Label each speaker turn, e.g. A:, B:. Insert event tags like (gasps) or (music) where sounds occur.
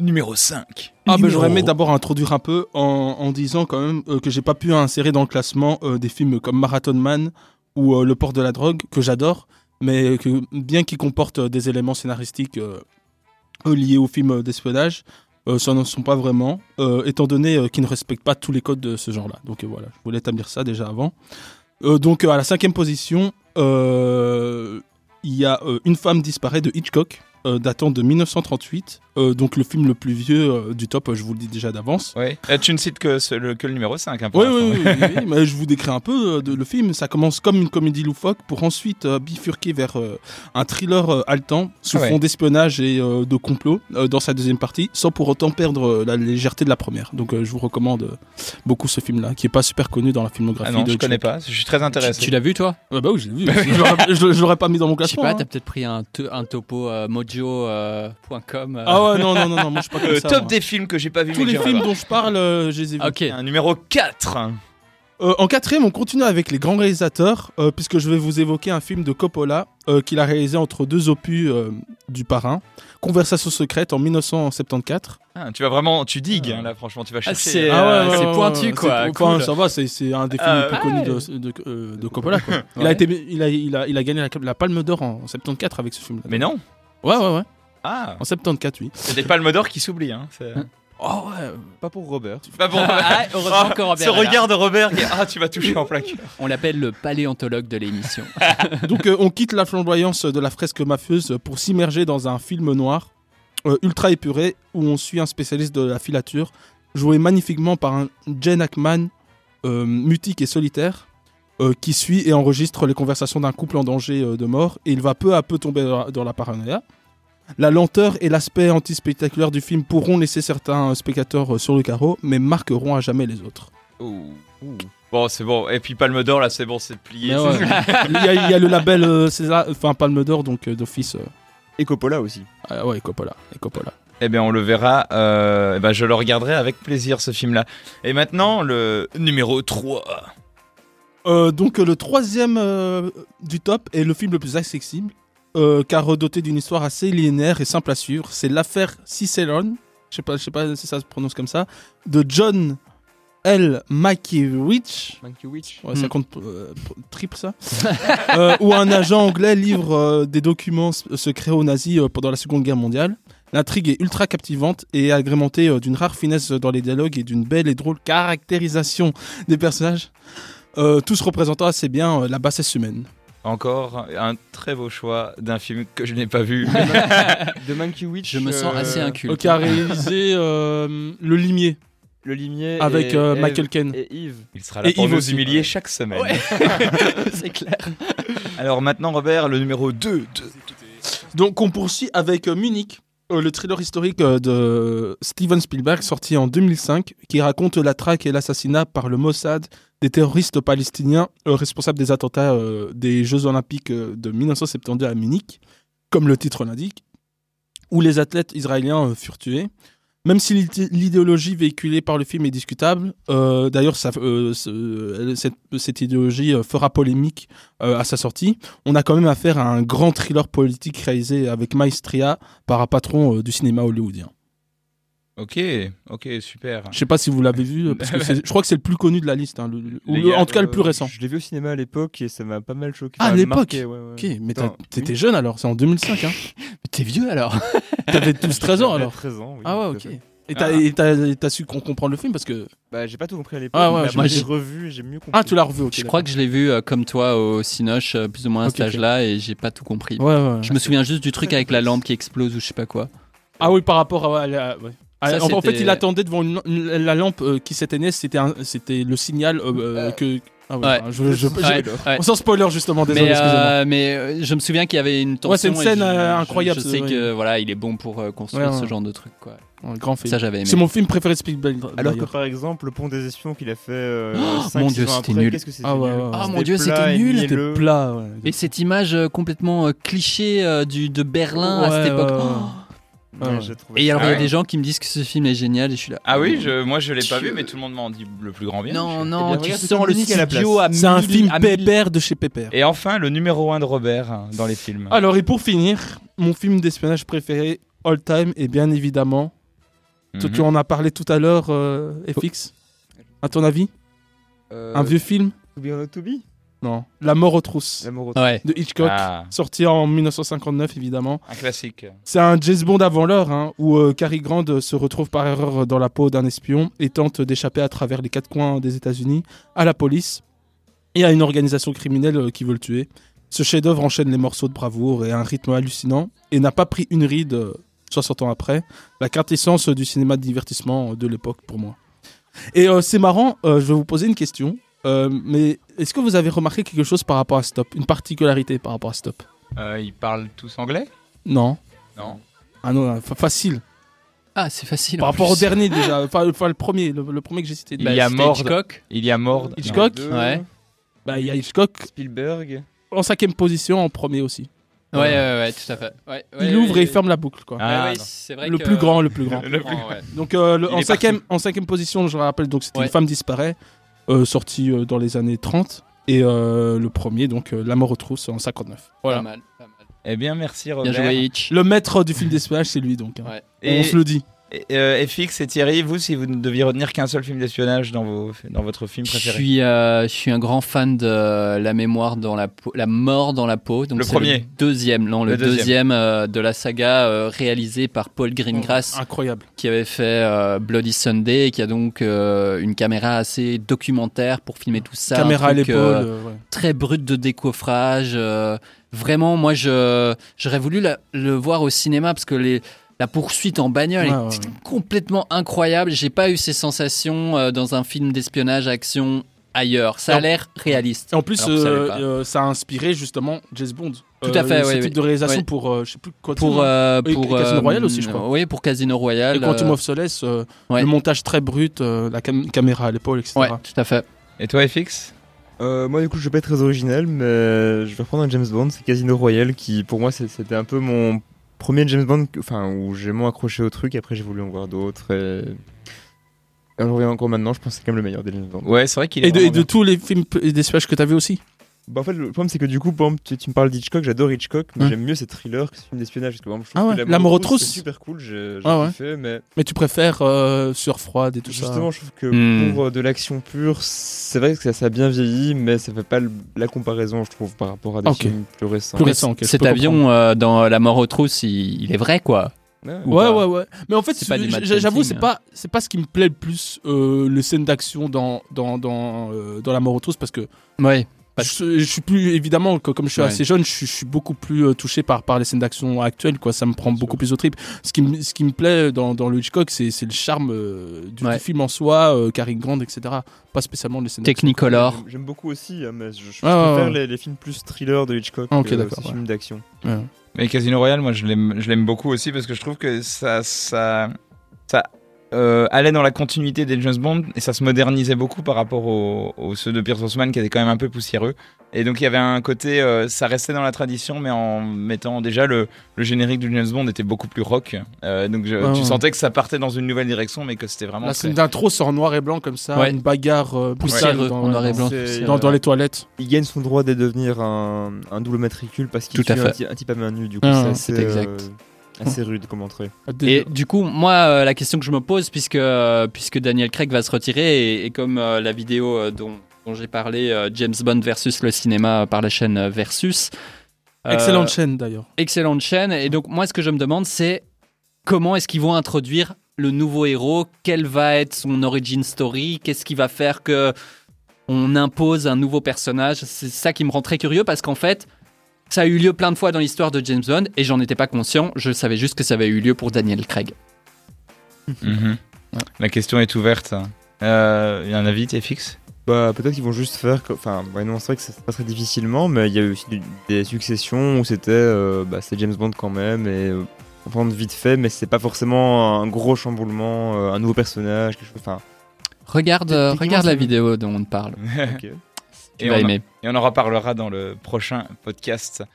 A: Numéro 5.
B: Ah ben
A: Numéro-
B: j'aurais aimé d'abord introduire un peu en, en disant quand même euh, que j'ai pas pu insérer dans le classement euh, des films comme Marathon Man ou euh, Le port de la drogue que j'adore, mais que bien qu'ils comportent euh, des éléments scénaristiques euh, euh, liés au film euh, d'espionnage, euh, ça n'en sont pas vraiment, euh, étant donné euh, qu'ils ne respectent pas tous les codes de ce genre-là. Donc euh, voilà, je voulais établir ça déjà avant. Euh, donc euh, à la cinquième position, euh, il y a euh, Une femme disparaît de Hitchcock, euh, datant de 1938, euh, donc le film le plus vieux euh, du top, euh, je vous le dis déjà d'avance.
A: Ouais. Euh, tu ne cites que, ce- le, que le numéro 5. Hein, pour
B: Oui, oui,
A: l'instant.
B: oui, oui, (laughs) oui, mais je vous décris un peu euh, de- le film. Ça commence comme une comédie loufoque pour ensuite euh, bifurquer vers euh, un thriller euh, haletant sous
A: Ah ouais.
B: fond d'espionnage et euh, de complot euh, dans sa deuxième partie, sans pour autant perdre euh, la légèreté de la première. Donc euh, je vous recommande euh, beaucoup ce film-là, qui est pas super connu dans la filmographie.
A: Ah non,
B: de
A: je connais
B: Hitchcock.
A: pas. Je suis très intéressé.
C: Tu, tu l'as vu toi
B: Ah bah oui, je
A: (laughs)
B: l'ai vu. je l'aurais- je je l'aurais pas mis dans mon
C: Je sais
B: classement.
C: pas,
B: hein.
C: t'as peut-être pris un, te- un topo euh, mojo.com.
B: Ah ouais, non, non, non, non, moi je suis pas comme
A: Euh,
B: ça,
A: top
B: moi.
A: des films que j'ai pas vu.
B: Tous
A: mais
B: les
A: que
B: films
A: j'aimerais
B: dont je parle, euh, je les ai vus.
C: Ok.
A: voir. Un numéro 4.
B: Euh, en quatrième, on continue avec les grands réalisateurs, euh, puisque je vais vous évoquer un film de Coppola euh, qu'il a réalisé entre deux opus euh, du parrain, Conversation secrète en 1974.
A: Ah, tu vas vraiment, tu digues hein, là, franchement, tu vas
C: Ah,
A: chercher.
C: c'est
A: euh,
C: euh, c'est pointu quoi.
B: c'est- enfin,
C: cool.
B: ça va, c'est c'est un des films
A: Euh,
B: les plus connus de, de- euh, de Coppola. quoi. Il, a
A: Ouais.
B: été, il, a, il, a, il a gagné la, la Palme d'Or en, 74 avec ce film.
A: Mais non.
B: Ouais, ouais, ouais.
A: Ah,
B: En 74, oui.
A: c'est des palmes d'or qui s'oublient. Hein. c'est-
B: Oh ouais.
D: Pas pour Robert.
A: Pas pour-
C: Ah, heureusement que Robert
A: Ce
C: est là.
A: regard de Robert. qui- Ah, tu vas toucher en plein cœur.
C: On l'appelle le paléontologue
B: (laughs)
C: de l'émission.
B: Donc euh, on quitte la flamboyance de la fresque mafieuse pour s'immerger dans un film noir euh, ultra épuré où on suit un spécialiste de la filature joué magnifiquement par un Jen Hackman euh, mutique et solitaire euh, qui suit et enregistre les conversations d'un couple en danger euh, de mort et il va peu à peu tomber dans la, dans la paranoïa. La lenteur et l'aspect anti-spectaculaire du film pourront laisser certains euh, spectateurs euh, sur le carreau mais marqueront à jamais les autres.
A: Bon, c'est bon. Et puis Palme d'Or, là, c'est bon, c'est plié. (laughs)
B: Mais ouais, Il y, a- il y a le label euh, César, enfin Palme d'Or donc euh, d'office. euh,
D: Et Coppola aussi.
B: Ah ouais, et Coppola. Et Coppola.
A: Eh bien, on le verra. euh, eh ben, je le regarderai avec plaisir, ce film-là. Et maintenant, le numéro 3.
B: Euh, donc euh, le troisième euh, du top est le film le plus accessible, euh, car doté d'une histoire assez linéaire et simple à suivre. C'est l'affaire Cicerone, je sais pas, je sais pas si ça se prononce comme ça, de John L. Makiewicz. Ouais, ça
C: Hmm.
B: compte euh, pour- triple ça. (laughs) Euh, où un agent anglais livre euh, des documents s- secrets aux nazis euh, pendant la Seconde Guerre mondiale. L'intrigue est ultra captivante et agrémentée euh, d'une rare finesse dans les dialogues et d'une belle et drôle caractérisation des personnages, euh, tous représentant assez bien euh, la bassesse humaine.
A: Encore un très beau choix d'un film que je n'ai pas vu.
B: (laughs)
D: De Mankiewicz.
C: Je me sens
D: euh,
C: assez inculte.
B: qui a réalisé euh, Le Limier
D: Le limier.
B: avec
D: et
B: euh,
D: Ève-
B: Michael Caine.
D: Et Yves.
A: Il sera là
B: Et
A: pour
B: Yves
A: nous
B: aussi.
A: humilier chaque semaine.
C: c'est clair.
A: Alors maintenant, Robert, le numéro 2.
B: Donc on poursuit avec euh, Munich, euh, le thriller historique euh, de Steven Spielberg sorti en 2005 qui raconte la traque et l'assassinat par le Mossad des terroristes palestiniens euh, responsables des attentats euh, des Jeux olympiques euh, de 1972 à Munich, comme le titre l'indique, où les athlètes israéliens euh, furent tués. Même si l'idé- l'idéologie véhiculée par le film est discutable, euh, d'ailleurs ça, euh, ce- cette, cette idéologie euh, fera polémique euh, à sa sortie, on a quand même affaire à un grand thriller politique réalisé avec maestria par un patron euh, du cinéma hollywoodien.
A: Ok, ok, super.
B: Je sais pas si vous l'avez vu, euh, parce que c'est- je crois que c'est le plus connu de la liste, hein, le- le- ou
A: Les
B: le-
A: gars,
B: en tout cas le plus
D: Euh,
B: récent.
D: Je l'ai vu au cinéma à l'époque et ça m'a pas mal choqué.
B: Ah,
D: Enfin,
B: à l'époque
D: marqué, ouais, ouais.
B: Ok, mais t'as-
D: Attends,
B: t'étais jeune alors, c'est en 2005. Hein.
C: T'es vieux alors
B: (laughs) T'avais 12-13 ans
D: j'avais
B: alors.
D: 13 ans, oui,
B: Ah ouais,
D: tout à
B: ok.
D: fait.
B: Et t'as- et t'as et t'as su qu'on comprend le film parce que.
D: Bah, j'ai pas tout compris à l'époque.
B: Ah ouais,
D: mais
B: moi,
D: après, j'ai
C: j'ai-
D: revu et j'ai mieux compris.
B: Ah, tu l'as revu, ok.
C: Je crois que je l'ai vu euh, comme toi au Cinoche, euh, plus ou moins à
B: Ok,
C: cet âge-là, et j'ai pas tout compris.
B: Ouais, ouais.
C: Je me souviens juste du truc avec la lampe qui explose ou je sais pas quoi.
B: Ah oui, par rapport à. à la- ouais. Ah,
C: Ça,
B: en, en fait,
C: c'était-
B: il attendait devant une- une- la lampe euh, qui s'éteignait, c'était un- c'était le signal euh, euh, que. Ah ouais,
C: Ouais.
B: je- je- je-
C: Ouais, ouais.
B: On s'en spoiler justement, désolé,
C: mais, euh,
B: excusez-moi.
C: mais, euh, je me souviens qu'il y avait une tension.
B: Ouais, c'est une
C: et
B: scène,
C: je-
B: euh,
C: je-
B: incroyable,
C: Je,
B: ça,
C: sais
B: ouais.
C: que voilà, il est bon pour euh, construire
B: Ouais, ouais.
C: ce genre de truc quoi.
B: Un grand film.
C: euh, Ça j'avais aimé.
B: C'est mon film préféré de Spielberg.
D: Alors que
B: d'ailleurs.
D: par exemple, le pont des espions qu'il a
C: Oh,
D: fait.
B: (gasps)
D: Euh,
C: mon Dieu, c'était nul.
D: Qu'est-ce que c'était
B: Ah ouais,
D: nul.
B: ouais, ouais.
C: Ah, mon
D: C'était
C: Dieu,
D: plat
C: c'était
D: et
C: nul.
B: C'était
D: mielleux.
B: plat. ouais.
C: Et cette image euh, complètement euh, cliché euh, du, de Berlin à cette
B: Ouais,
C: époque.
B: ouais, ouais.
C: Oh.
B: Ah ouais.
D: Ouais, j'ai trouvé
C: Et alors,
A: Ah
C: il y a
A: ouais.
C: des gens qui me disent que ce film est génial et je suis là.
A: Ah oui,
C: oh.
A: je, moi je l'ai pas vu,
C: Dieu.
A: mais tout le monde m'en dit le plus grand bien. Je-
C: Non, non,
D: Eh bien,
C: tu
D: regarde
C: sens le
D: Dominique à la
C: studio à
B: C'est un
C: mille-
B: film
C: à mille-
B: pépère de chez pépère.
A: Et enfin, le numéro 1 de Robert hein, dans
B: Ah,
A: les films.
B: Alors, et pour finir, mon film d'espionnage préféré all time est bien évidemment Toi,
A: Mhm.
B: Tu en as parlé tout à l'heure, euh, FX.
C: Oh.
B: À ton avis
C: euh,
B: Un vieux film
D: To be or not to be
B: Non. La mort aux trousses
D: La mort au-
C: Ouais.
B: de Hitchcock.
A: Ah,
B: Sorti en 1959, évidemment.
A: un classique.
B: C'est un James Bond avant l'heure, hein, où euh, Cary Grant euh, se retrouve par erreur dans la peau d'un espion et tente d'échapper à travers les quatre coins des États-Unis à la police et à une organisation criminelle euh, qui veut le tuer. Ce chef-d'œuvre enchaîne les morceaux de bravoure et un rythme hallucinant et n'a pas pris une ride euh, 60 ans après. La quintessence du cinéma de divertissement euh, de l'époque pour moi. Et euh, c'est marrant, euh, je vais vous poser une question, euh, mais est-ce que vous avez remarqué quelque chose par rapport à Stop Une particularité par rapport à Stop
A: Euh, ils parlent tous anglais
B: Non.
A: Non.
B: Ah non, fa- facile.
C: Ah, c'est facile.
B: Par
C: en
B: rapport au
C: plus.
B: dernier déjà, enfin, enfin, le premier, le, le premier que j'ai cité.
A: Il
C: Bah,
A: y a
C: c'était
A: mort-
C: Hitchcock.
A: Il y a mort.
B: Hitchcock
D: Deux,
C: Ouais.
B: Bah, il y a Hitchcock
D: Spielberg.
B: en cinquième position, en premier aussi.
C: Ouais, ouais, ouais, tout à fait. Ouais, ouais,
B: il
C: ouais,
B: ouvre et
C: ouais.
B: il ferme la boucle quoi.
A: Ah,
C: Ouais, ouais,
A: non.
C: c'est vrai
B: Le
C: que- Oh,
B: plus grand, le plus grand.
A: Le plus
C: ouais.
B: Donc euh, le-
A: Il
B: en
A: est
B: cinquième, en cinquième position, je le rappelle, donc c'était
C: Ouais.
B: une femme disparaît, euh, sortie euh, dans les années 30 et euh, le premier donc euh, la mort aux trousses en 59.
C: Pas
B: Voilà.
C: mal, pas mal.
A: Eh bien, merci
C: Bien
A: Robert.
C: joué, Hitch.
B: Le maître du film d'espionnage, c'est lui donc. hein.
C: Ouais.
A: Et,
B: On se le dit.
A: et, euh, FX et Thierry, vous, si vous ne deviez retenir qu'un seul film d'espionnage dans, vos, dans votre film
C: Je
A: préféré
C: suis, euh, je suis un grand fan de euh, la mémoire dans la peau, la mort dans la peau. Donc
A: Le
C: c'est
A: premier.
C: deuxième, non, le,
A: Le deuxième.
C: deuxième, euh, de la saga euh, réalisée par Paul
A: Oh.
C: Greengrass,
B: Incroyable.
C: qui avait fait euh, Bloody Sunday, et qui a donc euh, une caméra assez documentaire pour filmer tout ça. un
B: Caméra à
C: truc,
B: l'épaule.
C: euh,
B: euh, ouais.
C: très brut de décoffrage. euh, vraiment, moi, je j'aurais voulu la- le voir au cinéma parce que les la poursuite en bagnole
B: Ouais, ouais,
C: est complètement incroyable. J'ai pas eu ces sensations euh, dans un film d'espionnage action ailleurs. Ça
B: Et
C: a
B: en-
C: l'air réaliste.
B: Et en plus,
C: Alors que ça l'est
B: euh,
C: pas.
B: euh, ça a inspiré justement James Bond.
C: Tout à fait,
B: Ce
C: oui,
B: type
C: oui.
B: de réalisation
C: Oui.
B: pour, euh, je sais plus quoi.
C: Pour, euh,
B: Oui,
C: pour
B: Casino
C: euh,
B: Royale aussi, je crois.
C: Oui, pour Casino Royale.
B: le Quantum
C: euh,
B: of Solace, euh,
C: ouais.
B: le montage très brut, euh, la cam- caméra à l'épaule, etc.
C: Ouais, tout à fait.
A: Et toi, FX
D: Euh, moi, du coup, je vais pas être très original, mais je vais reprendre un James Bond, c'est Casino Royale, qui pour moi, c'est- c'était un peu mon premier James Bond, que- enfin, où j'ai moins accroché au truc, après j'ai voulu en voir d'autres, et... et je reviens encore maintenant, je pense que c'est quand même le meilleur des James Bond.
A: Ouais, c'est vrai qu'il est.
B: Et de, et
A: vraiment
B: de tous les films p- et des splashes que tu as vu aussi.
D: Bah, en fait, le problème, c'est que du coup, par exemple, tu, tu me parles d'Hitchcock, j'adore Hitchcock, mais
B: Hum.
D: j'aime mieux ces thrillers que ces films d'espionnage, parce que vraiment, je trouve
B: Ah ouais,
D: que
B: L'amour aux trousses.
D: c'est super cool, j'ai j'ai
B: Ah ouais.
D: kiffé, mais
B: Mais tu préfères euh, Sueur froide et tout
D: Justement, je trouve que
C: Hmm.
D: pour euh, de l'action pure, c'est vrai que ça, ça a bien vieilli, mais ça fait pas le- la comparaison, je trouve, par rapport à des
B: Ok.
D: films plus récents.
B: Plus récent, ok, je
C: Cet
B: peux comprendre.
C: avion euh, dans La mort aux trousses, il, il est vrai, quoi.
D: Ouais,
B: ça.
C: ou
B: Ouais, ouais,
C: pas.
B: ouais. Mais en fait,
C: C'est pas du
B: j-
C: Mad
B: j'avoue,
C: Painting,
B: c'est
C: hein.
B: pas, c'est pas ce qui me plaît le plus, euh, les scènes d'action dans, dans, dans, euh, dans La mort aux trousses, parce que
C: Ouais. Pas-
B: je, je suis plus, évidemment, que comme je suis
C: Ouais.
B: assez jeune, je, suis- je suis beaucoup plus euh, touché par, par les scènes d'action actuelles, quoi. Ça me prend beaucoup plus au trip. Ce qui, me- ce qui me plaît dans, dans le Hitchcock, c'est c'est le charme euh, du,
C: Ouais.
B: du film en soi, euh, Cary Grant, etc. Pas spécialement les scènes d'action.
C: Technicolor.
D: J'aime- J'aime beaucoup aussi, hein, mais je, je
B: Ouais, ouais,
D: préfère
B: ouais.
D: Les, les films plus thrillers de Hitchcock
B: Ah, ok,
D: que
B: d'accord,
D: ces
B: ouais.
D: films d'action.
A: Mais Casino Royale, moi, je l'aime je l'aime beaucoup aussi parce que je trouve que ça, ça, ça euh, allait dans la continuité des James Bond et ça se modernisait beaucoup par rapport aux, aux ceux de Pierce Brosnan qui étaient quand même un peu poussiéreux. Et donc, il y avait un côté, euh, ça restait dans la tradition, mais en mettant déjà le, le générique du James Bond était beaucoup plus rock. Euh, donc, je-
B: Ouais,
A: tu
B: ouais.
A: sentais que ça partait dans une nouvelle direction, mais que c'était vraiment.
B: La
A: très-
B: scène d'intro, c'est en noir et blanc comme ça,
C: Ouais.
B: une bagarre euh, brutale
C: Poussiéreux,
B: dans,
C: en noir et blanc. euh,
D: c'est-
C: poussiéreux,
B: dans, dans
C: ouais.
B: les toilettes.
D: Il gagne son droit de devenir un, un double matricule parce qu'il
C: Tout
D: tue
C: à
D: un,
C: fait.
D: ti- un type à main nue, du coup,
B: Ah,
C: c'est
D: c'est assez,
C: exact.
D: euh, assez rude comme entrée.
C: Et du coup, moi, euh, la question que je me pose, puisque, euh, puisque Daniel Craig va se retirer, et, et comme euh, la vidéo euh, dont, dont j'ai parlé, euh, James Bond versus le cinéma euh, par la chaîne euh, Versus. euh,
B: Excellente chaîne d'ailleurs.
C: excellente chaîne. Et donc, moi, ce que je me demande, c'est comment est-ce qu'ils vont introduire le nouveau héros Quelle va être son origin story Qu'est-ce qui va faire que on impose un nouveau personnage C'est ça qui me rend très curieux parce qu'en fait, ça a eu lieu plein de fois dans l'histoire de James Bond et j'en étais pas conscient. Je savais juste que ça avait eu lieu pour Daniel Craig.
A: Mhm. La question est ouverte. Euh, Il y a un avis, t'es fixe
D: Bah, peut-être qu'ils vont juste faire. que- Enfin, ouais, non, c'est vrai que ça se passe très difficilement, mais il y a eu aussi du- des successions où c'était. euh, bah, c'est James Bond quand même, et euh, on prend vite fait, mais c'est pas forcément un gros chamboulement, euh, un nouveau personnage, quelque chose. Enfin,
C: Regarde, euh,
D: Techniquement,
C: regarde la
D: c'est-
C: vidéo dont on parle.
D: ok.
C: Tu
A: Et
C: vas
A: on a-
C: aimer.
A: Et on en reparlera dans le prochain podcast.